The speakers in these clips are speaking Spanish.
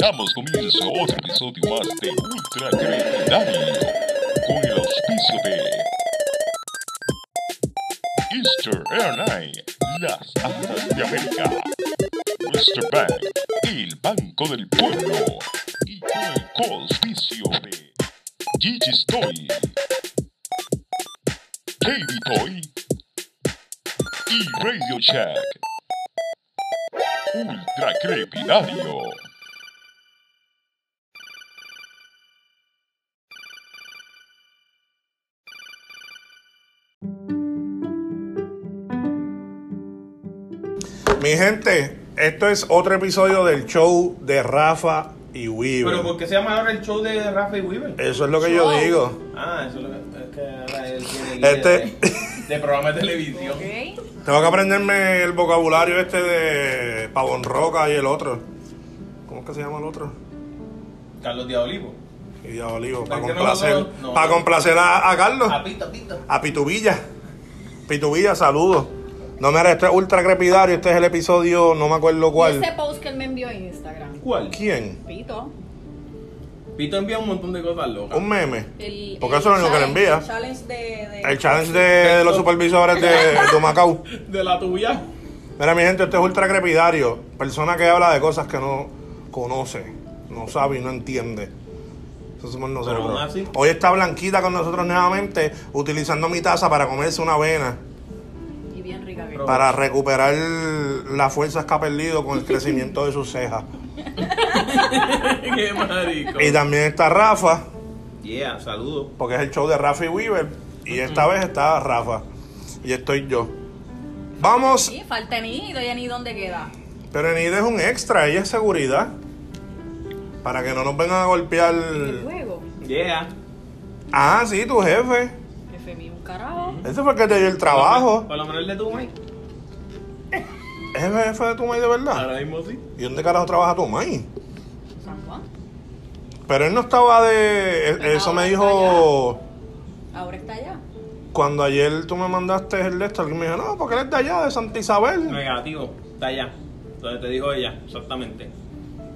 Damos comienzo a otro episodio más de Ultra Creminario con el auspicio de Easter Airline, las Andas de América, Western Bank, el Banco del Pueblo y con el coauspicio de Gigi's Toy, Baby Toy y Radio Shack. Ultra Creminario. Mi gente, esto es otro episodio del show de Rafa y Pero Weaver. ¿por qué se llama ahora el show de Rafa y Weaver? Eso es lo que yo Show. digo. Ah, eso es lo que, es que ahora él tiene guía Este- de, de programa de televisión. Ok. Tengo que aprenderme el vocabulario este de Pavón Roca y el otro. ¿Cómo es que se llama el otro? Carlos Diabolivo. Y ya olivo, para Pero que no complacer, lo- no. para complacer a, a Carlos, Ah, A Pito, Pito. a Pitubilla. Pitubilla, saludos. No, mira, esto es ultra crepidario, este es el episodio, no me acuerdo Y ese cuál. post que él me envió en Instagram. ¿Cuál? ¿Quién? Pito. Pito envía un montón de cosas locas. Un meme. El, Porque eso es lo único que le envía. challenge- El challenge de. de- El challenge de, de los supervisores de, de Macao. De la tuya. Mira, mi gente, este es ultra crepidario. Persona que habla de cosas que no conoce, no sabe y no entiende. Eso somos nosotros. Pero aún así. Hoy está Blanquita con nosotros nuevamente, utilizando mi taza para comerse una avena, Y bien rica. bien. Pero- para recuperar las fuerzas que ha perdido con el crecimiento de sus cejas. qué marico. Y también está Rafa, Yeah, saludos. porque es el show de Rafa y Weaver. Y esta vez está Rafa. Y estoy yo. Vamos, Sí, falta nido, ya ni dónde queda. pero Enida es un extra, ella es seguridad. Para que no nos vengan a golpear. El juego. Yeah. Ah, sí, tu jefe. FMI un carajo. Ese fue el que te dio el trabajo. Por lo menos el de tu Mike. ¿Es el jefe de tu maíz de verdad? Ahora mismo sí. ¿Y dónde carajo trabaja tu maíz? San Juan. Pero él no estaba de... e- Eso me dijo... Ahora está allá. Cuando ayer tú me mandaste el de esto, alguien me dijo, no, porque él es de allá, de Santa Isabel. Negativo. Está allá. Entonces te dijo ella, exactamente.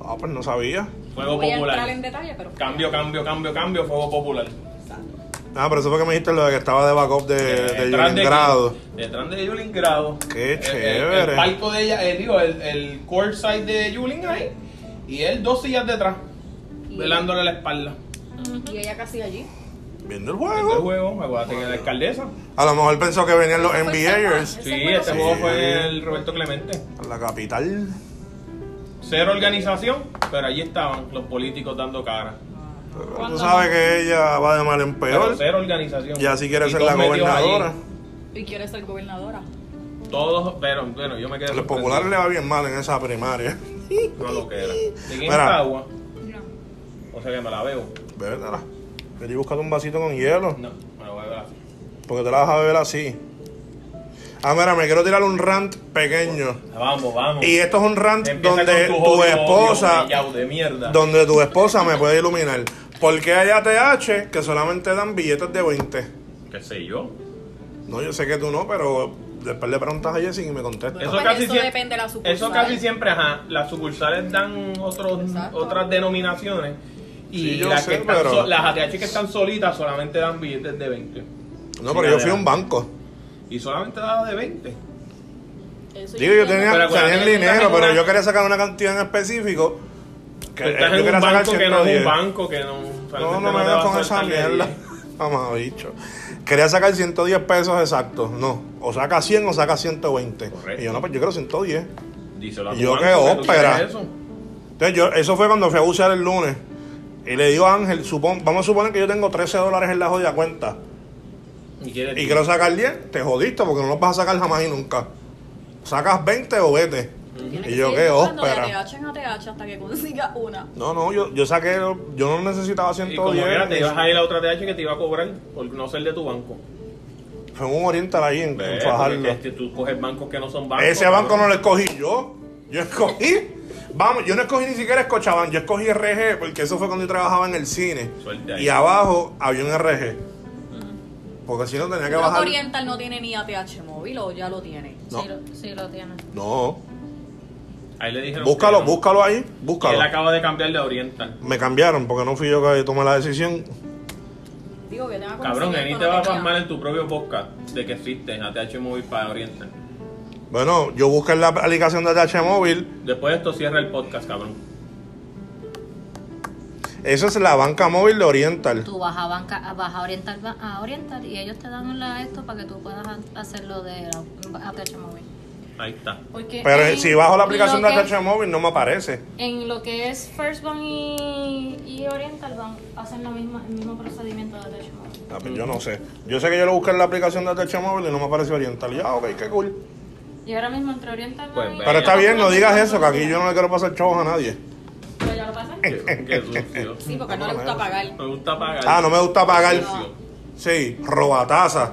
Ah, pues no sabía. Fuego Voy a entrar en popular. detalle, pero. Cambio, cambio, cambio, cambio, fuego popular. Ah, pero eso fue que me dijiste lo de que estaba de backup de, Eh, de Detrás Leningrado. Detrás de Yulin Grado. Qué El- el- El, chévere. palco de ella, eh, digo, el, el courtside de Yulin ahí. Y él dos sillas detrás, Y- velándole la espalda. Y ella casi allí. Viendo el Este juego. juego, acuérdate que la alcaldesa. A lo mejor pensó que venían los Fue NBAers. San Juan. Ese Sí, juego este sí. juego fue el Roberto Clemente. A la capital. Cero organización, pero allí estaban los políticos dando cara. Pero tú ¿Cuándo sabes no? que ella va de mal en Pero peor. cero organización. Y así quiere Y ser la todos metidos allí. gobernadora. Y quiere ser gobernadora. Todos, pero pues, bueno, yo me quedé. A los sorprendido. populares le va bien mal en esa primaria. No lo que era. Llegué en Mira. agua, No. o sea que me la veo. Bébetela. Vení buscando un vasito con hielo. No, me la voy a ver así. Porque te la vas a beber así. Ah, mira, me quiero tirar un rant pequeño. Vamos, vamos. Y esto es un rant Empieza donde con tu, odio, esposa. odio, mellao de mierda. donde tu esposa me puede iluminar. Porque hay ATH que solamente dan billetes de 20. ¿Qué sé yo? No, yo sé que tú no, pero después le preguntas a Jessie y me contesta. Eso- pues, eso siem- depende de la sucursal. Eso casi siempre, ajá. Las sucursales dan otros, Exacto. otras denominaciones. Y Sí, yo las, sé, que están pero- so- las ATH que están solitas solamente dan billetes de 20. No, pero yo fui a un banco. Y solamente daba de 20. Eso Digo, yo entiendo. tenía, tenía el Pero acuérdate que tú estás dinero, en pero una- yo quería sacar una cantidad en específico. Tú eh, estás en un banco que no es un banco que no. No, realmente no me te vengas va a con esa soltar de mierda. ahí. Vamos, bicho. Quería sacar 110 pesos exactos. No, o saca 100 o saca 120. Correcto. Y yo, no, pues yo quiero 110. Díselo a tu Yo banco qué que tú ópera. quieres eso. Entonces, yo, eso fue cuando fui a bucear el lunes. Y le digo a Ángel, supon, vamos a suponer que yo tengo 13 dólares en la jodida cuenta. Y quieres Y quiero sacar 10, te jodiste porque no los vas a sacar jamás y nunca. Sacas 20 o vete. Tienes Y que yo, seguir qué buscando de ópera. ATH en ATH hasta que consiga una. No, no, yo, yo saqué, yo no necesitaba Y como 110. quiera, te ni- ibas a ir a otra TH que te iba a cobrar por no ser de tu banco. Fue un oriental ahí en, en Ve, Fajardo. Eh, porque es que tú coges bancos que no son bancos. Ese banco no cabrón. lo escogí yo. Yo escogí. Vamos, yo no escogí ni siquiera Escochabán, yo escogí RG porque eso fue cuando yo trabajaba en el cine. Suerte ahí. Y abajo había un RG. Porque si no tenía que Creo que bajar. Oriental no tiene ni ATH móvil o ya lo tiene. No. Sí, lo, sí lo tiene. No. Ahí le dijeron. Búscalo, que no. búscalo ahí, Y búscalo. Él acaba de cambiar de Oriental. Me cambiaron porque no fui yo que tomé la decisión. Digo que tenga Cabrón, conocimiento, Eni te no va a tenga. pasmar en tu propio podcast de que fuiste a TH Móvil para Oriental. Bueno, yo busqué en la aplicación de TH Móvil. Después de esto cierra el podcast, cabrón. Esa es la banca móvil de Oriental. Tú vas a, banca, vas a orientar ba- a orientar y ellos te dan la esto para que tú puedas ha- hacer lo de la ATH móvil. Ahí está. Porque Pero en si bajo la aplicación lo de que- TH Móvil no me aparece. En lo que es First Bank y, y Oriental Bank hacen la misma, el mismo procedimiento de ATH móvil. Ah, pues Yo no sé. Yo sé que yo lo busqué en la aplicación de TH Móvil y no me aparece Oriental. Ya, ok, qué cool. Y ahora mismo entre Oriental Bank Pues y- ve. Pero está bien, no digas eso, que aquí yo no le quiero pasar chavos a nadie. Pero ya lo pasan. Qué, qué sucio. Sí, porque no le gusta pagar. Me gusta pagar. Ah, no me gusta pagar. Sí, robataza.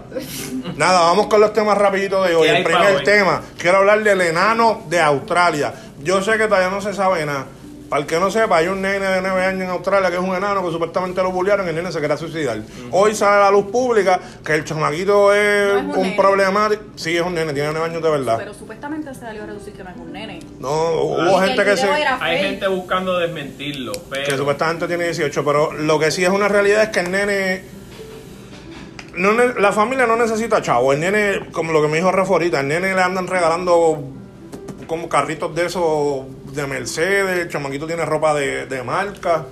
Nada, vamos con los temas rapidito de hoy. ¿Qué hay El pa' primer hoy? tema, quiero hablar del enano de Australia. Yo sé que todavía no se sabe nada. Para el que no sepa, hay un nene de 9 años en Australia que es un enano que supuestamente lo bullearon y el nene se quería suicidar. Hoy sale a la luz pública que el chamaquito es, No es un un, nene. problemático. Sí, es un nene, tiene 9 años de verdad. Pero supuestamente se salió a reducir que no es un nene. no, hubo Y gente el que se... video era Hay fake. gente buscando desmentirlo, Que pero. supuestamente tiene 18, pero lo que sí es una realidad es que el nene. no ne- la familia no necesita chavo. El nene, como lo que me dijo Rafa ahorita, el nene le andan regalando como carritos de esos de Mercedes. El chamaquito tiene ropa de, de marca.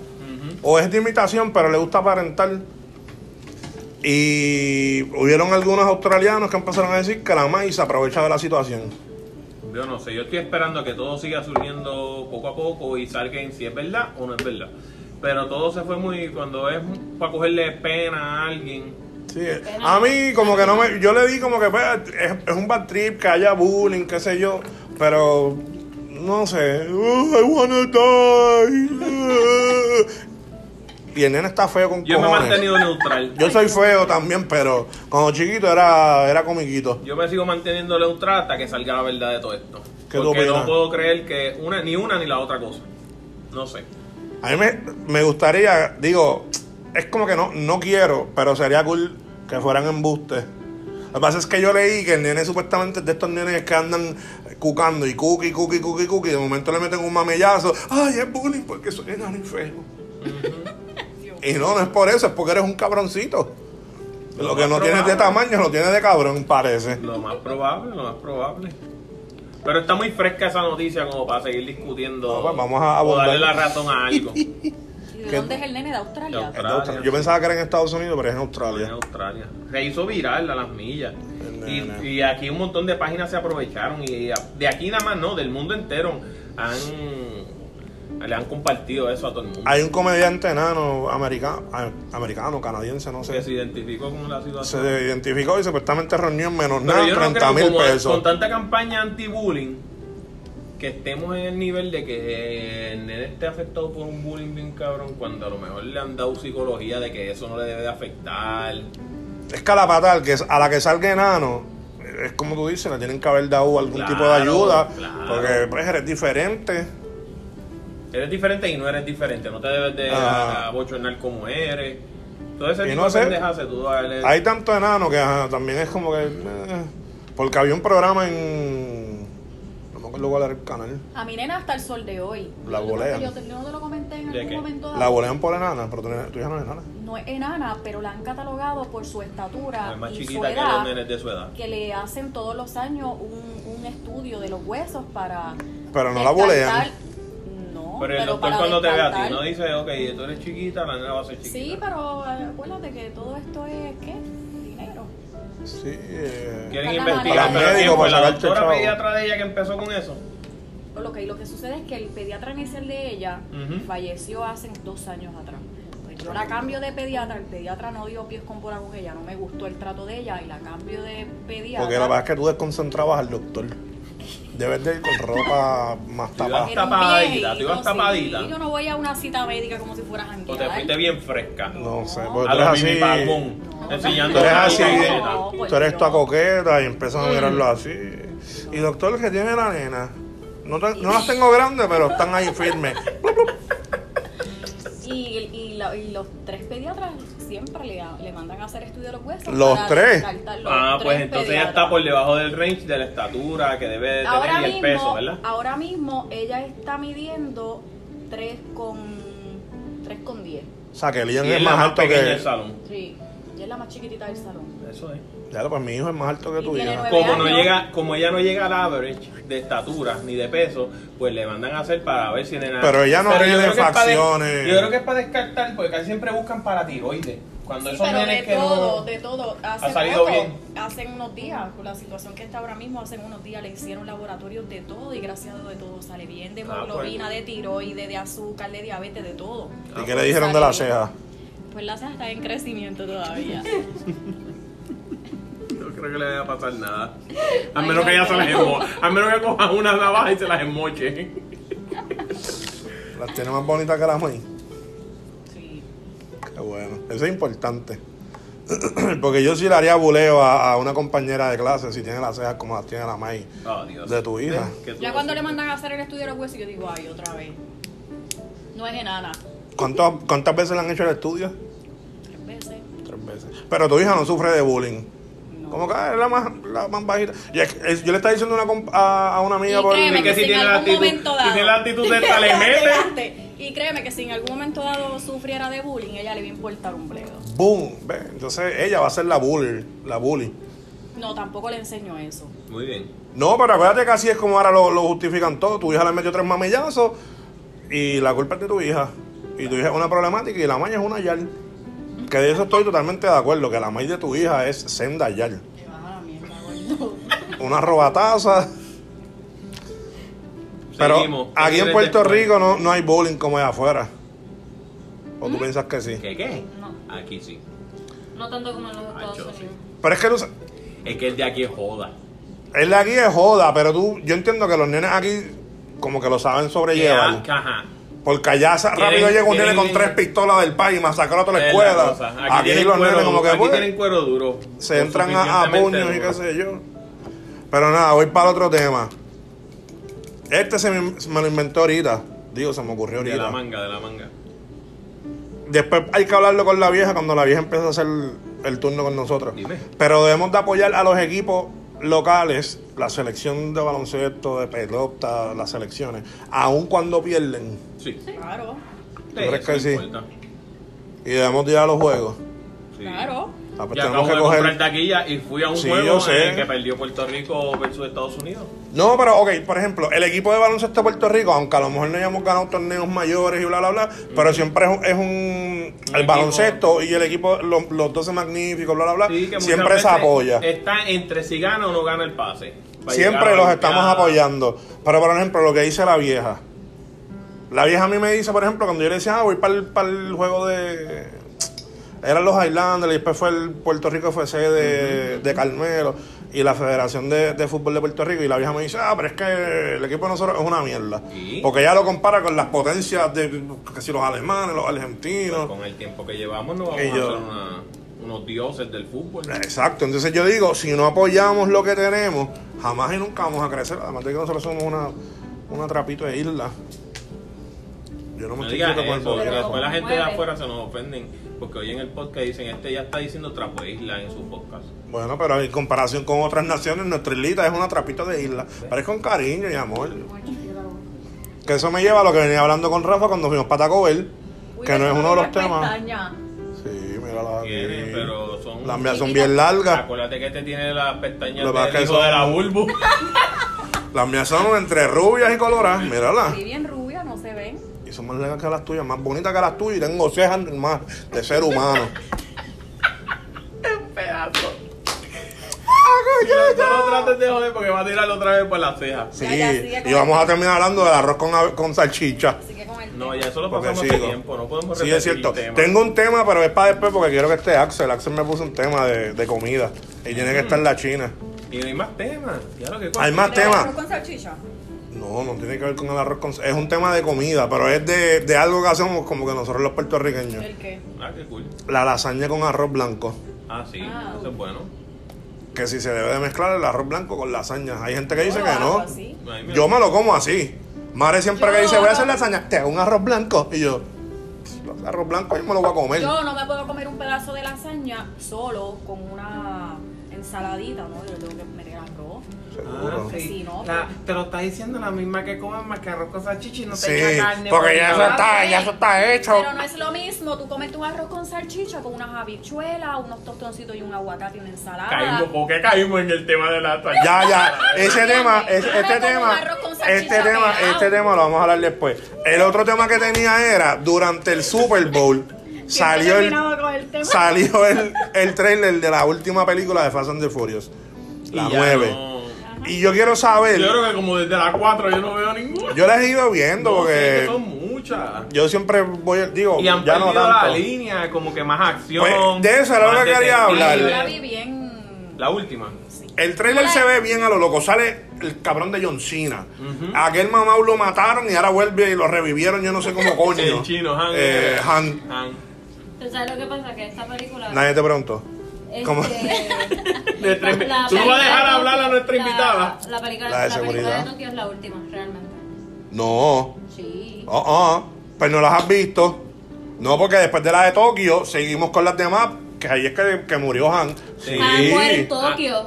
O es de imitación, pero le gusta aparentar. Y hubieron algunos australianos que empezaron a decir que la maíz se aprovecha de la situación. Yo no sé, yo estoy esperando que todo siga surgiendo poco a poco y salgan si es verdad o no es verdad. Pero todo se fue muy. Cuando es para cogerle pena a alguien. Sí, eh, a mí como que no me... Yo le di como que pues, es, es un bad trip, que haya bullying, qué sé yo, pero no sé. "Oh, I wanna die. y el nene está feo con Yo me he cojones. mantenido neutral. Yo soy feo también, pero cuando chiquito era, era comiquito. Yo me sigo manteniendo neutral hasta que salga la verdad de todo esto. ¿Qué tú Porque opinas? no puedo creer que una, ni una ni la otra cosa. No sé. A mí me, me gustaría, digo, es como que no, no quiero, pero sería cool que fueran embustes. Lo que pasa es que yo leí que el nene supuestamente es de estos nenes que andan cucando y cuqui, cuqui, cuqui, cuqui, de momento le meten un mamellazo. Ay, es bullying porque soy enano y feo. y no, no es por eso, es porque eres un cabroncito. Lo, Lo que más no tienes de probable. tamaño lo tienes de cabrón, parece. Lo más probable, lo más probable. Pero está muy fresca esa noticia como para seguir discutiendo. No, pues vamos a o darle la abordar. razón a algo. ¿Y de que- eh, dónde es el nene de De Australia? Australia. Yo pensaba que era en Estados Unidos, pero es en en Australia. Australia. Se hizo viral a las millas. El Y, nene. y aquí un montón de páginas se aprovecharon. Y a- de aquí nada más no, del mundo entero han, le han compartido eso a todo el mundo. Hay un comediante enano americano, ah, americano canadiense, no sé. que se identificó con la situación. se identificó y supuestamente reunió en menos Pero nada yo no 30 creo mil como con pesos. tanta campaña anti-bullying que estemos en el nivel de que eh, el nene esté afectado por un bullying bien cabrón cuando a lo mejor le han dado psicología de que eso no le debe de afectar. Es que a la patal, que es- a la que salga enano, es como tú dices, le tienen que haber dado algún tipo de Claro, ayuda, claro. porque pues eres diferente. Eres diferente y no eres diferente, no te debes de Ah. a- abochornar como eres. Todo ese Y tipo no sé. de pendejas se tú darle- Hay tanto enano que ajá, también es como que... eh, porque había un programa en... No me acuerdo cuál era el canal. A mi nena hasta el sol de hoy. La Yo creo bolean. que Yo te- no te lo comenté ¿De en algún qué? momento dado. La bolean por enana, pero tu tu hija no es enana. No es enana, pero la han catalogado por su estatura es más y su chiquita que los edad. nenes de su edad. que le hacen todos los años un, un estudio de los huesos para. Pero no la descartar- bolean. No, Pero el doctor para cuando te ve a ti descartar- no dice, ok, tú eres chiquita, la nena va a ser chiquita. Sí, pero eh, acuérdate que todo esto es. ¿Qué? Dinero. Sí. eh, Quieren Para investigar, los médicos, pero ¿quién fue? para La sacarte doctora chavo. pediatra de ella que empezó con eso. Lo que, lo que sucede es que el pediatra inicial de ella Ujú. falleció hace dos años atrás. Pues yo la cambio de pediatra, el pediatra no dio pies con por ella, no me gustó el trato de ella y la cambio de pediatra. Porque la verdad es que tú desconcentrabas al doctor. Debes de ir con ropa más tapada. Era un tapadita, viejito, tú ibas sí. tapadita. Yo no voy a una cita médica como si fuera ¿eh?". janguear. O te fuiste bien fresca. No sé, porque A tú eres los así. mini pagón. Enseñando Tú eres la así, eh, nalgueta. No, Mm. pues Tú eres yo- esta coqueta y empiezan a mirarlo así. Y doctor, que tiene la nena? No, te- no las tengo grandes, pero están ahí firmes. Y, y la- y los tres pediatras siempre le, le mandan a hacer estudio de los huesos. ¿Los para tres? descartar los Ah, tres pues entonces ella pediatras. está por debajo del range de la estatura que debe de tener ahora y el mismo, peso, ¿verdad? Ahora mismo ella está midiendo 3 con, 3 con 10. O sea, que Lian Y es es la más más alto pequeña del que. salón. Sí. Ella es la más chiquitita del salón. Eso es. Ya, lo, pues mi hijo es más alto que Y tu tiene hija. nueve Como no años. llega, como ella no llega al average de estatura ni de peso, pues le mandan a hacer para ver si en el Pero ella no Pero yo ríe de creo que es para de- facciones. Yo creo que es para descartar, porque casi siempre buscan para tiroides. Cuando Sí, esos pero nenes de que todo, no. de todo. Hace ha salido poco, bien. hace unos días, con la situación que está ahora mismo, hace unos días le hicieron laboratorios de todo y gracias a Dios de todo sale bien, de Ah, pues. hemoglobina, de tiroides, de azúcar, de diabetes, de todo. ¿Y qué le dijeron de la Sale ceja? Pues la ceja está en crecimiento todavía. No creo que le vaya a pasar nada. A Ay, menos que no, ella se las no. enmo- A menos que coja una navaja y se las enmoche. Las tiene más bonitas que la mía. Sí. Qué bueno. Eso es importante. Porque yo sí le haría buleo a, a una compañera de clase si tiene las cejas como las tiene la May Ah. Oh, Dios. de tu hija. Que tú Ya no cuando le sepas. mandan a hacer el estudio de los huesos, yo digo, ay, otra vez. No es enana. ¿Cuánto- ¿Cuántas veces le han hecho el estudio? Tres veces. Tres veces. Pero tu hija no sufre de bullying. No. Como que ah, es la más, la más bajita. Y es- es- yo le estaba diciendo a una comp- a, a una amiga Y por. créeme Es que que si si en tiene la algún actitud, momento si dado- tiene la actitud de esta, le mete. Adelante. Y créeme que si en algún momento dado sufriera de bullying, ella le va a importar un bledo. ¡Boom! ¿Ve? Entonces ella va a ser la bully. La bully. No, tampoco le enseño eso. Muy bien. No, pero acuérdate que así es como ahora lo, lo justifican todo. Tu hija le metió tres mamellazos y la culpa es de tu hija. Y tu hija es una problemática y la maña es una yal. Que de eso estoy totalmente de acuerdo, que la maíz de tu hija es senda yal. Te baja la mierda, gordo. Una robataza. Pero Seguimos. ¿Qué aquí en quieres Puerto después? Rico no, no hay bowling como es afuera. ¿O tú piensas que sí? ¿Qué qué? No. Aquí sí. No tanto como en los Estados yo Unidos. Pero es que tú sa- Es que el de aquí es joda. el de aquí es joda, pero tú, yo entiendo que los nenes aquí como que lo saben sobrellevar. Que, Ah, ajá. Porque allá sa- rápido Tienen- llega un nene tienen- con tres pistolas del país y masacró a toda la Es escuela. cosa. Aquí, aquí tienen los cuero, nenes como que aquí pues, tienen cuero duro. se Lo entran a, a suficientemente puños y duro. qué sé yo. Pero nada, voy para el otro tema. Este se me, se me lo inventó ahorita. Digo, se me ocurrió De la ahorita. manga, de la manga. Después hay que hablarlo con la vieja cuando la vieja empiece a hacer el turno con nosotros. Dime. Pero debemos de apoyar a los equipos locales, la selección de baloncesto, de pelota, las selecciones, aun cuando pierden. Sí. Sí, Claro, crees eso que sí? importa. Y debemos de ir a los juegos. Sí. claro. Ah, pues Ya tenemos acabo que de coger- comprar taquilla y fui a un Sí, yo juego sé. en el que perdió Puerto Rico versus Estados Unidos. No, pero ok, por ejemplo, el equipo de baloncesto de Puerto Rico, aunque a lo mejor no hayamos ganado torneos mayores y bla, bla, bla, pero siempre es un, es un- el equipo- baloncesto y el equipo, lo- los 12 magníficos, bla, bla, bla, Sí, que muchas siempre se veces apoya. Está entre si gana o no gana el pase. Para llegar Siempre a los la estamos Olimpiada. apoyando. Pero, por ejemplo, lo que dice la vieja. La vieja a mí me dice, por ejemplo, cuando yo le decía, ah, voy para el, juego de... Eran los Highlanders y después fue el Puerto Rico FC de, de Carmelo y la Federación de, de Fútbol de Puerto Rico. Y la vieja me dice, ah, pero es que el equipo de nosotros es una mierda. Sí. Porque ella lo compara con las potencias de, que si los alemanes, los argentinos. pues, Con el tiempo que llevamos no vamos Y yo- Eh, a ser una- unos dioses del fútbol. Exacto, entonces yo digo, si no apoyamos lo que tenemos, jamás y nunca vamos a crecer. Además de que nosotros somos una, una trapito de isla. Yo no me No estoy digas quieto con eso, porque Pero eso. después la como gente de mueve. afuera se nos ofenden. Porque hoy en el podcast dicen, este ya está diciendo trapo de isla en su podcast. Bueno, pero en comparación con otras naciones, nuestra islita es una trapito de isla. Pero es con cariño y amor. Que eso me lleva a lo que venía hablando con Rafa cuando fuimos para Taco Bell, que no es uno de los temas. Sí, mírala aquí. Tienen, pero son- Las mías son bien largas. Acuérdate que este tiene las pestañas Lo que pasa del es que hijo son- de la bulbu. Las mías son entre rubias y coloradas, mírala. Si bien rubia, no se ven. Y son más largas que las tuyas, más bonitas que las tuyas y tengo cejas más de ser humano. no lo trates de joder porque va a tirarlo otra vez por las cejas. Sí, Ya, ya, sigue con y vamos a terminar hablando del arroz con, ave- con salchicha. Así que con el No, tema. ya eso lo Porque pasamos hace sigo. tiempo. No podemos Sí, repetir es cierto. el tema. Tengo un tema, pero es para después porque quiero que esté Axel. Axel me puso un tema de, de comida y tiene Mm. que estar la China. Y no hay más temas. Ya lo que Hay más ¿Pero temas. arroz con salchicha? No, no tiene que ver con el arroz con Es un tema de comida, pero es de, de algo que hacemos como que nosotros los puertorriqueños. ¿El qué? Ah, qué cool. La lasaña con arroz blanco. Ah, sí. Ah. Eso es bueno. Que si se debe de mezclar el arroz blanco con lasaña. Hay gente que dice Yo que lo hago no. así. Ay, mira. Yo me lo como así. Mare siempre Yo que lo dice, voy a hago- hacer lasaña, te hago un arroz blanco. Y yo, Arroz blanco yo me lo voy a comer. Yo no me puedo comer un pedazo de lasaña solo con una ensaladita, ¿no? Yo le tengo que meter arroz. Seguro. sí. no. La- te lo está diciendo la misma que come macarrón con salchicha y no Sí, tenga carne. porque ya eso favor. está, ya eso está hecho. Pero no es lo mismo, tú comes tu arroz con salchicha, con unas habichuelas, unos tostoncitos y un aguacate y una ensalada. Caímos, ¿por qué caímos en el tema de la salchicha? Ya, ya, ese tema, es- Yo me este como tema, arroz con salchicha este tema, pegado. este tema lo vamos a hablar después. El otro tema que tenía era durante el Super Bowl salió el, terminaba con el tema. salió el, el trailer de la última película de Fast and the Furious, la Y ya 9. no. Y yo quiero saber, Yo creo que como desde la 4 yo no veo ninguna. yo las he ido viendo No, sí, es que porque son muchas. yo siempre voy, digo, Y han ya no perdido tanto. la línea, como que más acción. Pues, de eso era lo más que quería detective. hablar. Yo la vi bien. La última. El trailer se ve bien a lo loco. Sale el cabrón de John Cena. Aquel mamá lo mataron y ahora vuelve y lo revivieron. Yo no sé cómo coño. El chino, Han. Eh, Han. Han. Pero ¿sabes lo que pasa? Que esta película... Nadie te preguntó. este, ¿Cómo? De tres- la Tú no vas a dejar película de hablar a nuestra Tokio- invitada. La, la película, La de la película seguridad. de Tokio es la última, realmente. No. Sí. Oh, oh. Pues no las has visto. No, porque después de la de Tokio seguimos con las demás. Que ahí es que, que murió Han. Sí. Han muere en Tokio.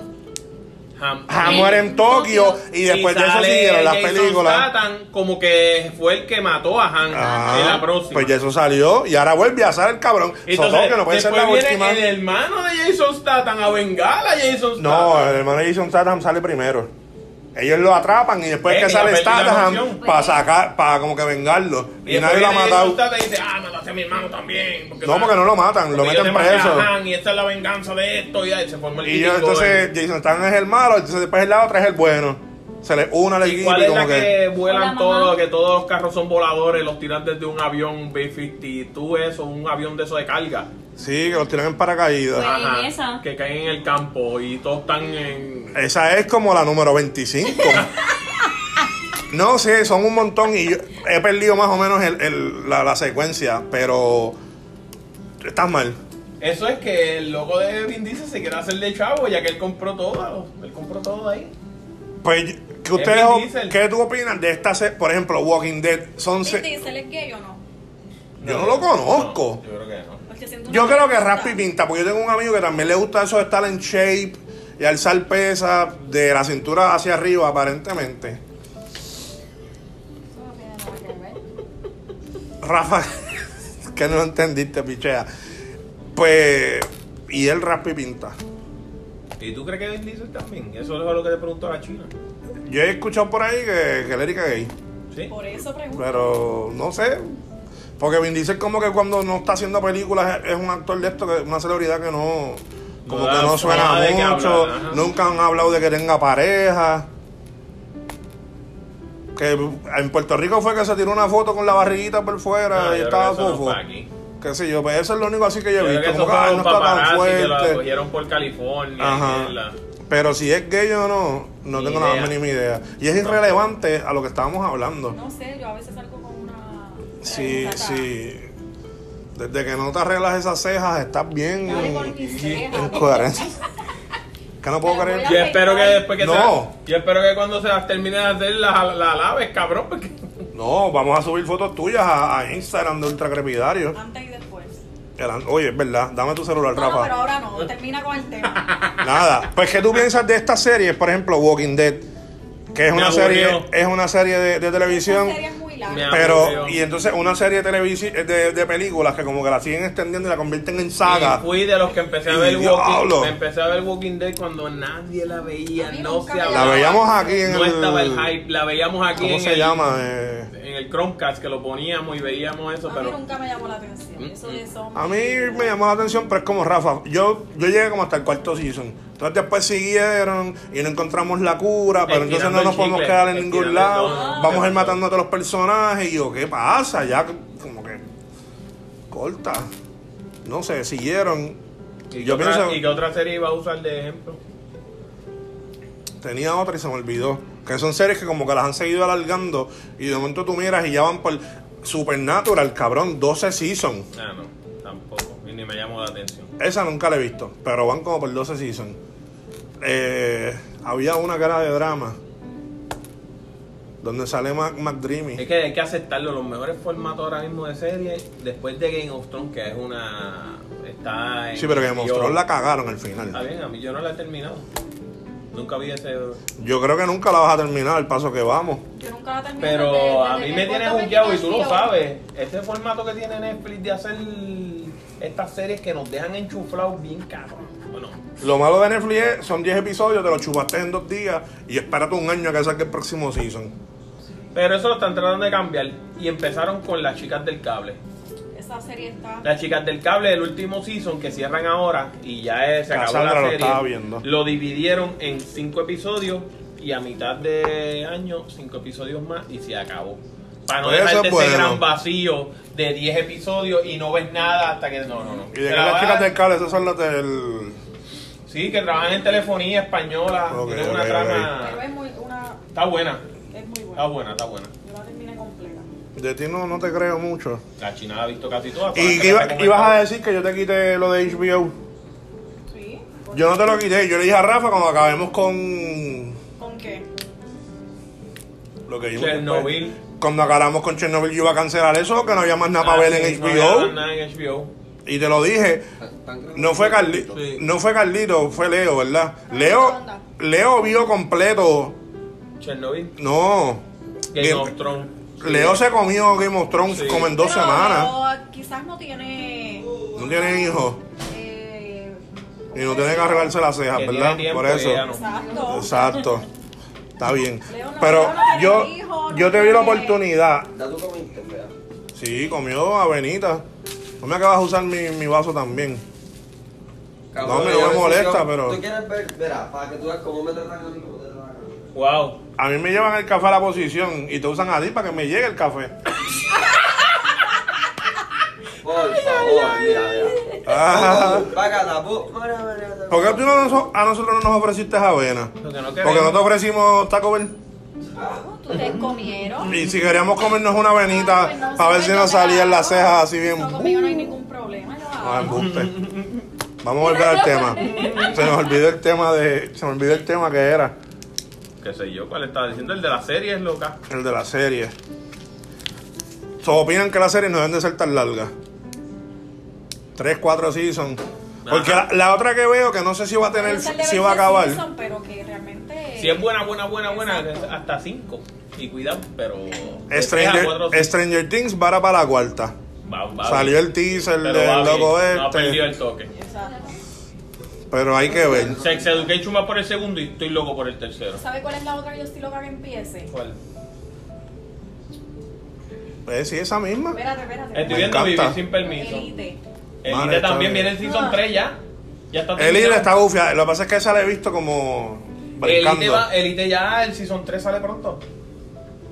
Han. Han muere en Tokio. Y después de eso sale siguieron las Jason películas. Statham como que fue el que mató a Han Ajá. en la próxima. Pues ya eso salió. Y ahora vuelve a salir el cabrón. Entonces, Sotó que no puede ser la después última. viene el hermano de Jason Statham a vengar a Jason Statham. No, el hermano Jason Statham sale primero. Ellos lo atrapan y después Eh, que y sale la peli- la Statham emoción. para sacar, para como que vengarlo. Y, después nadie lo ha viene matado. Jason Statham y dice, ah, mataste a mi hermano también. No, porque no lo matan, lo porque pues yo meten te maté a preso. Han, y esta es la venganza de esto. Y ahí se forma el Y yo, típico, entonces eh. Jason Statham es el malo, entonces después el lado otra es el bueno. Se le une al ¿Y equipo cuál y es la como que. que Hola, vuelan mamá. todos, que todos los carros son voladores, los tiran desde un avión B-52, eso, un avión de eso de carga? Sí, que los tiran en paracaídas. Ah. Pues- en esa. Que caen en el campo y todos están en... Esa es como la número 25. no sé, son un montón y yo he perdido más o menos el- el- la, la secuencia, pero. Estás mal. Eso es que el loco de Vin Diesel se quiere hacer de chavo, ya que él compró todo, él compró todo ahí. Pues, que Es ustedes, Vin Diesel. ¿qué tú opinas de esta se- Por ejemplo, Walking Dead. Son ¿Vin se- Diesel es gay o no? yo no lo conozco. No, yo creo que no. Porque siento yo una creo que pregunta. Raspi pinta, porque yo tengo un amigo que también le gusta eso de estar en shape y alzar pesas de la cintura hacia arriba, aparentemente. Eso no tiene nada que ver. Rafa, que no entendiste, pichea. Pues, y él Raspi pinta. ¿Y tú crees que Vin Diesel también? Eso es lo que le preguntó a la China. Yo he escuchado por ahí que, que él era gay, ¿Sí? Por eso pregunto. pero no sé. Porque Vin Diesel como que cuando no está haciendo películas es es un actor de esto, que una celebridad que no... Como No que da- no no suena da de qué mucho, hablar, ajá. nunca han hablado de que tenga pareja. Que en Puerto Rico fue que se tiró una foto con la barriguita por fuera No, y Ah, yo estaba creo que eso no fofo. fue aquí. Qué sé yo, pero eso es lo único así que yo Yo he creo que visto. eso Como que fue ah, un no está tan paparazzi que lo fuerte. cogieron por California. Ajá. y la- Pero si es gay o no, no Ni tengo la idea. más mínima idea. Y es irrelevante a lo que estábamos hablando. No sé, yo a veces salgo con una. Sí, pregunta. sí. Desde que no te arreglas esas cejas, estás bien Yo hablé con en mis cejas. en coherencia. Que no puedo Pero creer. voy Yo Ok, espero que bye. después que No. se la- yo espero que cuando se las termine de hacer la, la laves, cabrón, porque No, vamos a subir fotos tuyas a, a Instagram de Ultracrepidario. Antes y después. Eran- Oye, es verdad. Dame tu celular, No, no, pero Rafa. ahora no. Termina con el tema. Nada. Pues, ¿qué tú piensas de estas series? Por ejemplo, Walking Dead. Que es Me una serie, aburrió. es una serie de, de televisión. Esta serie es muy larga. Me aburrió. Pero, y entonces una serie de, televisi- de, de películas que como que la siguen extendiendo y la convierten en saga. Y fui de los que empecé a Y ver diablo. Walking, me empecé a ver Walking Dead cuando nadie la veía, A mí no nunca se me hablaba. La veíamos aquí en no el... estaba el hype, la veíamos aquí ¿Cómo en se el, llama? Eh, en el Chromecast que lo poníamos y veíamos eso, A mí pero nunca me llamó la atención. Eso de zombies. a mí me llamó la atención, pero es como Rafa. Yo, yo llegué como hasta el cuarto season. Entonces después siguieron y no encontramos la cura, pero Estirando entonces no nos el podemos chicle, quedar en estirando ningún el lado. dedo. Vamos a ir matando a todos los personajes y yo, ¿qué pasa? Ya como que corta. No sé, siguieron. ¿y, Yo qué otra- pienso- y qué otra serie iba a usar de ejemplo? Tenía otra y se me olvidó. Que son series que como que las han seguido alargando y de momento tú miras y ya van por Supernatural, cabrón, 12 seasons. Ah, no, tampoco, y ni me llamó la atención. Esa nunca la he visto, pero van como por 12 seasons. Eh, había una cara de drama. Donde sale Mac, McDreamy. Es que hay que aceptarlo. Los mejores formatos ahora mismo de serie, después de Game of Thrones, que es una. Está en- Sí, pero que yo- mostró la cagaron al Está final. bien, a mí yo no la he terminado. Nunca vi ese. Yo creo que nunca la vas a terminar al paso que vamos. Yo nunca la terminé. desde- Pero a desde mí que me tiene el cuento me bugueado y quitó tú lo el sabes. Este formato que tiene Netflix de hacer estas series que nos dejan enchuflados bien caros. Bueno, Lo malo de Netflix es, son 10 episodios, te los chupaste en dos días y espérate un año a que saque el próximo season. pero eso lo están tratando de cambiar. Y empezaron con las chicas del cable. tiro. Esa serie está. Las chicas del cable del último season que cierran ahora y ya eh, se acabó Cassandra la lo serie. estaba viendo. Lo dividieron en cinco episodios y a mitad de año cinco episodios más y se acabó. Para no Pues eso dejarte es bueno. ese gran vacío de 10 episodios y no ves nada hasta que no, no, no. Y de que Te la las vas- chicas del cable, esas son las del. Sí, que trabajan en telefonía española, Ok, tienen una ok, ok. trama. Pero es muy, una, Está buena, es muy está buena. buena, está buena. Yo la terminé completa. De ti no, no te creo mucho. La China la ha visto casi toda. Y que iba- ibas a decir que yo te quité lo de HBO. Sí. Yo no te lo quité, yo le dije a Rafa cuando acabemos con. ¿Con qué? Lo que vimos Chernobyl. después. Cuando acabamos con Chernobyl, yo iba a cancelar eso, que no había más nada para ver en Ah, sí, no HBO. había nada en HBO. Y te lo dije, no fue Carlito, Sí. no fue Carlito, fue Leo, ¿verdad? Leo, Leo vio completo, Chernobyl. no. Game Game- of Thrones. Leo se comió Game of Thrones Sí. como en dos Pero- semanas. pero quizás no tiene. No tiene hijos Eh, y no tiene que arreglarse las cejas, Que ¿verdad? tiene tiempo Por y eso. ella no. Exacto. Exacto. Está bien. Leo no- Pero Leo no tiene yo, hijos, no yo te vi la tiene- oportunidad. Ya tú comiste, fea. Sí, comió avenita. No me acabas de usar mi, mi vaso también. No, me- no yo me molesta, sigo- pero- Tú quieres ver, verá, para que tú veas cómo me tratan a mí, cómo te tratan a mí. Wow. A mí me llevan el café a la posición y te usan a ti para que me llegue el café. Por favor, mira, mira. Ah. Bácala, bu- mara, mara, mara. ¿Por qué tú no nos- a nosotros no nos ofreciste avena? Porque no Porque no te ofrecimos Taco Bell. Ustedes comieron. Y si queríamos comernos una avenita Pues no para sé, ver si yo nos te la salían las hago. cejas así bien. No, conmigo no hay ningún problema. yo la No, hago. embuste. Vamos a volver al tema. Se nos olvidó el tema de. Se me olvidó el tema que era. ¿Qué sé yo? ¿Cuál estaba diciendo? El de la serie es loca. El de la serie. Todos opinan que las series no deben de ser tan largas. Tres, cuatro seasons. Porque la, Ajá. la otra que veo, que no sé si va a tener, Esa debe si va a ser acabar. season, pero que realmente. Si es buena, buena, buena, buena, Exacto. hasta 5. Y cuidado, pero. de tres a Stranger, Este, ah, cuatro, Stranger Things va para la cuarta. va- va Salió bien. el teaser Pero del va bien, loco No ha perdido este. el toque. Exacto. Pero hay que ver. Sex Education va por el segundo y estoy loco por el tercero. ¿Sabe cuál es la otra que yo estoy loca que empiece? ¿Cuál? Pues sí, esa misma. Espérate, espérate. Estoy Me viendo Vivir encanta. sin permiso. Elite. El Madre, Elite está también bien. viene el Season 3 ya. Ya está El líder terminado. está bufia. Lo que pasa es que esa la he visto como Elite, brincando. va- Elite ya, el Season 3 sale pronto.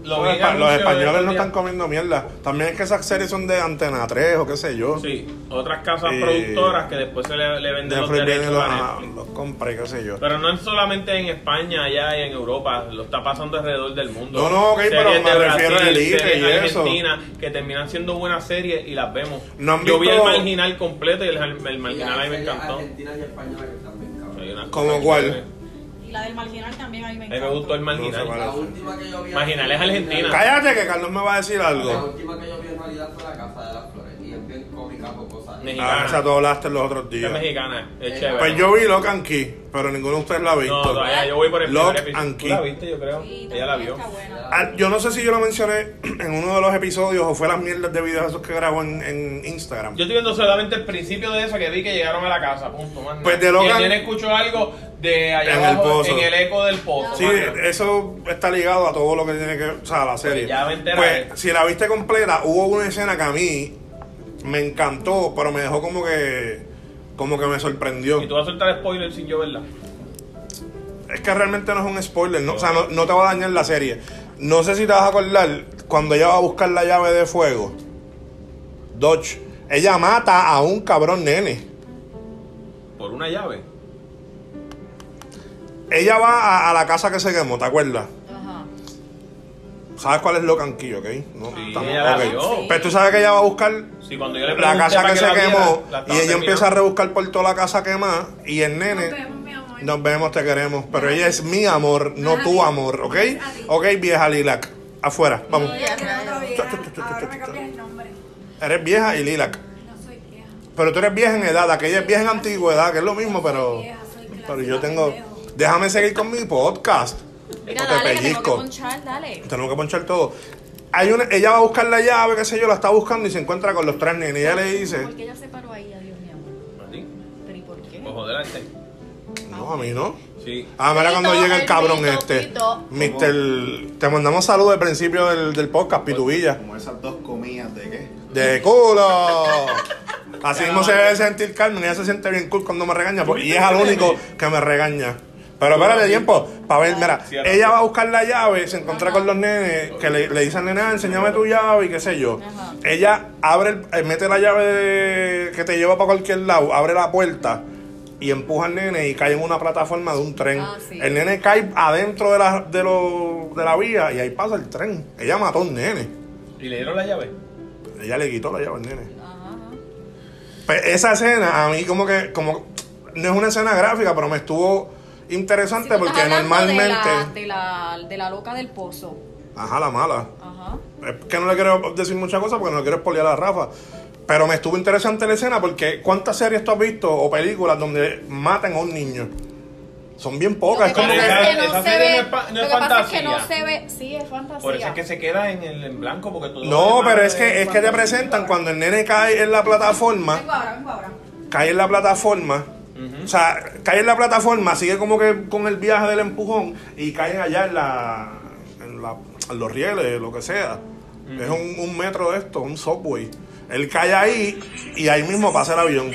Lo vi Los, en espa- los anuncio españoles no estos están días. comiendo mierda. También es que esas series son de Antena 3 o qué sé yo. Sí, otras casas Eh, productoras que después se le, le venden los Netflix viene y derechos los, a ajá, Netflix. los compré, qué sé yo. Pero no es solamente en España, allá y en Europa, lo está pasando alrededor del mundo. No, no, ok, Series pero me de refiero a Elite series y eso. Argentina, que terminan siendo buenas series y las vemos. No han Yo vi el visto- marginal completo y el, el Y marginal las ahí me series encantó. Argentinas y españolas que están bien, cabrón. Hay unas ¿Cómo cosas cuál? chéveres. Y la del marginal también ahí me A mí encanta. me gustó el marginal. No sé cuál La última que yo vi. Marginal es argentina. Cállate que Carlos me va a decir La algo. Ah, última que yo vi en realidad fue La Casa de las Flores. Y es bien cómica, jocosa. Mexicana. Ah, esa tú hablaste los otros es días. mexicana, es Pues chévere. Pues yo vi Lock and Key, pero ninguno de ustedes la ha No, visto. todavía yo voy por el Lock primer episodio. and ¿Tú Key. la viste, yo creo. Sí, Ella la también vio. Está buena. Ah, yo no sé si yo lo mencioné en uno de los episodios o fue las mierdas de videos esos que grabó en, en Instagram. Yo estoy viendo solamente el principio de eso que vi que llegaron a la casa, punto. Más nada. Pues de Y Logan- alguien escuchó algo de allá En el abajo, pozo. en el eco del pozo. Sí, eh, más nada. eso está ligado a todo lo que tiene que o sea, a la serie. Pues ya me enteraré. pues si la viste completa, hubo una escena que a mí me encantó, pero me dejó como que como que me sorprendió. Y tú vas a soltar spoiler sin yo verla. Es que realmente no es un spoiler, ¿no? o sea, no, no te va a dañar la serie. No sé si te vas a acordar cuando ella va a buscar la llave de fuego. Dodge, ella mata a un cabrón nene. Por una llave. Ella va a, a la casa que se quemó, ¿te acuerdas? Ajá. ¿Sabes cuál es Locan Key, ok? No, Sí, estamos- ella la ok. vio. Pero tú sabes que ella va a buscar Sí, cuando yo le la pregunté casa para que se la viera, quemó la estaban y ella empieza a terminando. rebuscar por toda la casa quemada y el nene Nos vemos, mi amor. nos vemos, te queremos, pero ella es mi amor, no tu amor, ¿ok? Ok, vieja Lilac. afuera, vamos. Ya creo que Chu, chu, chu, chu, hubiera- Ahora chu, me chu, cambias chu. el nombre. Eres vieja y lilac. No soy vieja. Pero tú eres vieja en edad, aquella es vieja en antigüedad, que es lo mismo, pero. Soy vieja, soy clásica, Pero yo tengo. pendejo. Déjame seguir con mi podcast. Mira, No te dale, que tengo que pellizco. ponchar, dale. Tenemos que ponchar todo. Hay una, ella va a buscar la llave, qué sé yo, la está buscando y se encuentra con los tres nenes. Y ella le ¿Por dice, qué ella se paró ahí? Adiós, mi amor. Martín, ¿Pero y por qué? Ojo delante. no, a mí no. Sí. Ah, mira cuando Pito, llega el el cabrón pito, este. pito. Mister, te mandamos saludos al principio del, del podcast, Pitubilla. Pues, Como esas dos comidas de qué. De culo. Así mismo se debe sentir Carmen. Ella se siente bien cool cuando me regaña. porque- y es al único que me regaña. Pero espérate tiempo. Para ver, mira. Cierra. Ella va a buscar la llave, se encuentra con los nenes. Que le, le dicen, nena, "Ah, enséñame tu llave y qué sé yo. Ajá. Ella abre, el- eh, mete la llave de- que te lleva para cualquier lado. Abre la puerta. Y empuja al nene y cae en una plataforma de un tren. Ah, sí. El nene cae adentro de la, de, lo- de la vía y ahí pasa el tren. Ella mató al nene. ¿Y le dieron la llave? Ella le quitó la llave al nene. Ajá, ajá. Pues esa escena a mí como que como no es una escena gráfica, pero me estuvo interesante Sí, tú porque estás hablando de normalmente la- De la, de, la, loca del pozo. ajá la mala. Ajá. Es que no le quiero decir muchas cosas porque no le quiero espolear a Rafa. Pero me estuvo interesante la escena porque ¿cuántas series tú has visto o películas donde matan a un niño? Son bien pocas. Es Lo Pues como que que, pasa es que Esa- no esa se serie ve. no es pa- no Lo es que pasa es que no fantasía. se ve. Sí, es Por eso es fantasía. que se queda en el en blanco porque todo No, lo demás pero es que es que te fantasía. presentan cuando el nene cae en la plataforma. Vengo ahora, vengo ahora. cae en la plataforma. O sea, cae en la plataforma, sigue como que con el viaje del empujón y caen allá en, la, en, la- en los rieles, lo que sea. Es un, un metro de esto, un subway. Él cae ahí y ahí mismo pasa el avión.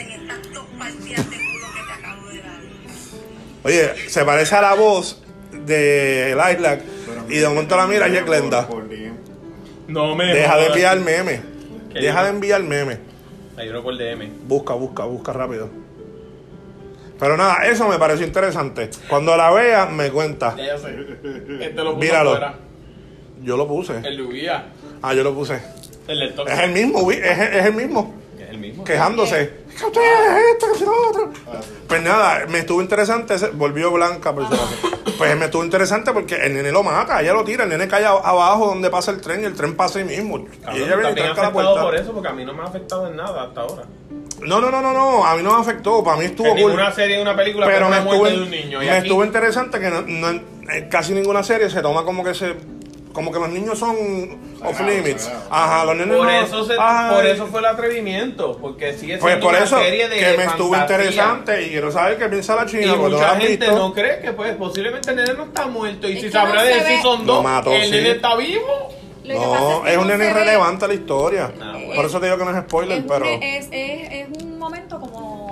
Oye, se parece a la voz de El Island y de momento la mira y es Glenda. Por- por bien. No me Deja de jodas. enviar meme. Qué Deja de lindo. enviar meme. Ayuno por DM. Busca, busca, busca rápido. Pero nada, eso me pareció interesante. Cuando la vea, me cuenta. Ya yo sé. Este lo puso Míralo. afuera. Yo lo puse. El de Ubía. Ah, yo lo puse. El del toque. Es el mismo, Wi- es, es el mismo. Es el mismo. Quejándose. Es que ustedes es esto, que si lo otro. Pues nada, me estuvo interesante. ese- Volvió blanca, por si acaso. Pues me estuvo interesante porque el nene lo mata, ella lo tira, el nene cae a- abajo donde pasa el tren y el tren pasa ahí mismo. Cabrón, Y ella viene y también tranca la afectado por puerta. eso porque a mí no me ha afectado en nada hasta ahora. No, no, no, no, no. A mí no me afectó. Para mí estuvo en cool. ninguna serie, en una película, pero me una estuvo, muerte de un niño. Y me aquí, estuvo interesante que no- no en- en casi ninguna serie se toma como que se como que los niños son off Sagrados, limits sagrados. ajá los niños por, no- eso se- ay, por eso fue el atrevimiento. Porque sigue pues siendo por una eso serie de que me estuvo fantasía. interesante y quiero saber qué piensa la Y china porque no mucha la has gente visto. no cree que pues posiblemente el nene no está muerto. Y Es si que sabrá no de se si ve. son Lo dos, mató, el sí. nene está vivo. Lo que pasa No, es, que un nene no se ve. Eh, irrelevante la historia Ah, bueno. por eso te digo que no es spoiler Es un- pero Es, es, es un momento como.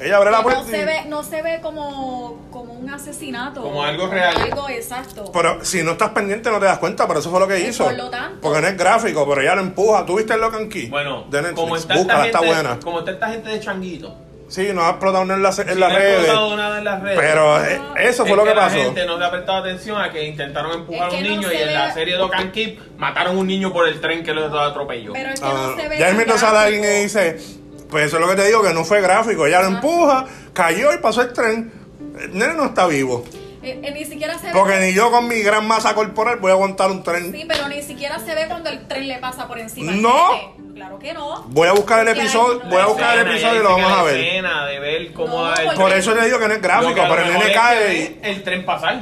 ella abre la que puerta no y- se ve, no se ve como, como un asesinato. Como algo real. Algo exacto. pero si no estás pendiente no te das cuenta pero eso fue lo que Y hizo por lo tanto- porque no es gráfico pero ella lo empuja ¿tú viste el Locan Key? Bueno, de Netflix como está, búscala esta está gente, buena como está esta gente de Changuito. sí no ha explotado nada en, las- en Si las no he redes contado nada en las redes. Pero eh, eso Es fue lo que, la pasó. gente no le ha prestado atención a que intentaron empujar Es a un que no niño se y en ve- la serie de Can Keep mataron a un niño por el tren que lo atropelló. Pero es que Ah, no se ve. ya tan mismo sale alguien y gráfico. dice, pues eso es lo que te digo, que no fue gráfico. Ella lo empuja, cayó y pasó el tren. El nene no está vivo. Eh, eh, ni siquiera se ve. Porque ni yo con mi gran masa corporal voy a aguantar un tren. Sí, pero ni siquiera se ve cuando el tren le pasa por encima. al No. nene. Claro que no. Voy a buscar el Sí, episodio, hay- voy a la buscar el Escena, episodio ya y lo dicen vamos la a ver. escena de ver cómo No, da el- porque- Por eso le digo que no es Lo que gráfico, a lo pero el mejor nene es cae que ve el tren pasar.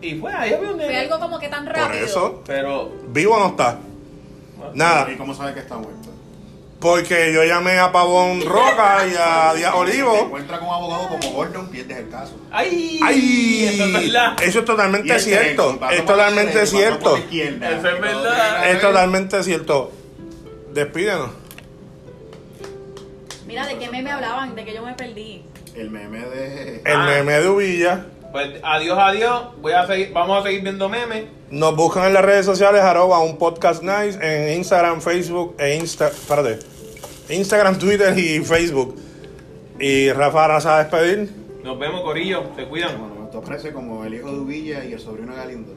Y pues ahí había un Fue nene. algo como que tan y- rápido. Por eso, Pero vivo no está. Nada. ¿Y cómo sabe que está muerto? Porque yo llamé a Pavón Roca y a Díaz Te Olivo. encuentra con un abogado como Gordon, pierdes el caso. ¡Ay! Eso es ¡Ay! Eso verdad. Este es Y totalmente el tren, cierto. pasó Es por la totalmente derecha, pasó por cierto. la izquierda. Eso es verdad. Es totalmente cierto. Despídenos. Mira, ¿de qué meme hablaban? De que yo me perdí. El meme de. El Ah. meme de Ubilla. Pues adiós, adiós. Voy a seguir, vamos a seguir viendo memes. Nos buscan en las redes sociales, arroba un podcast nice, en Instagram, Facebook e Insta. Espérate. Instagram, Twitter y Facebook. Y Rafa ahora se va a despedir. Nos vemos, Corillo. Se cuidan. Bueno, esto parece como el hijo de Uvilla y el sobrino de Galindo.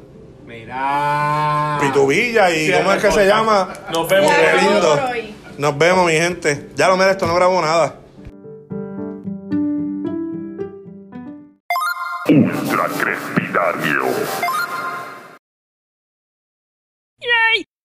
Mirá. Pitubilla y Sí, ¿cómo es que se Ah. podcast. llama? Nos vemos, Qué Claro, Corillo. lindo. por hoy. Nos vemos, mi gente. Ya lo mira, esto no grabó nada. Ultra Crespidario.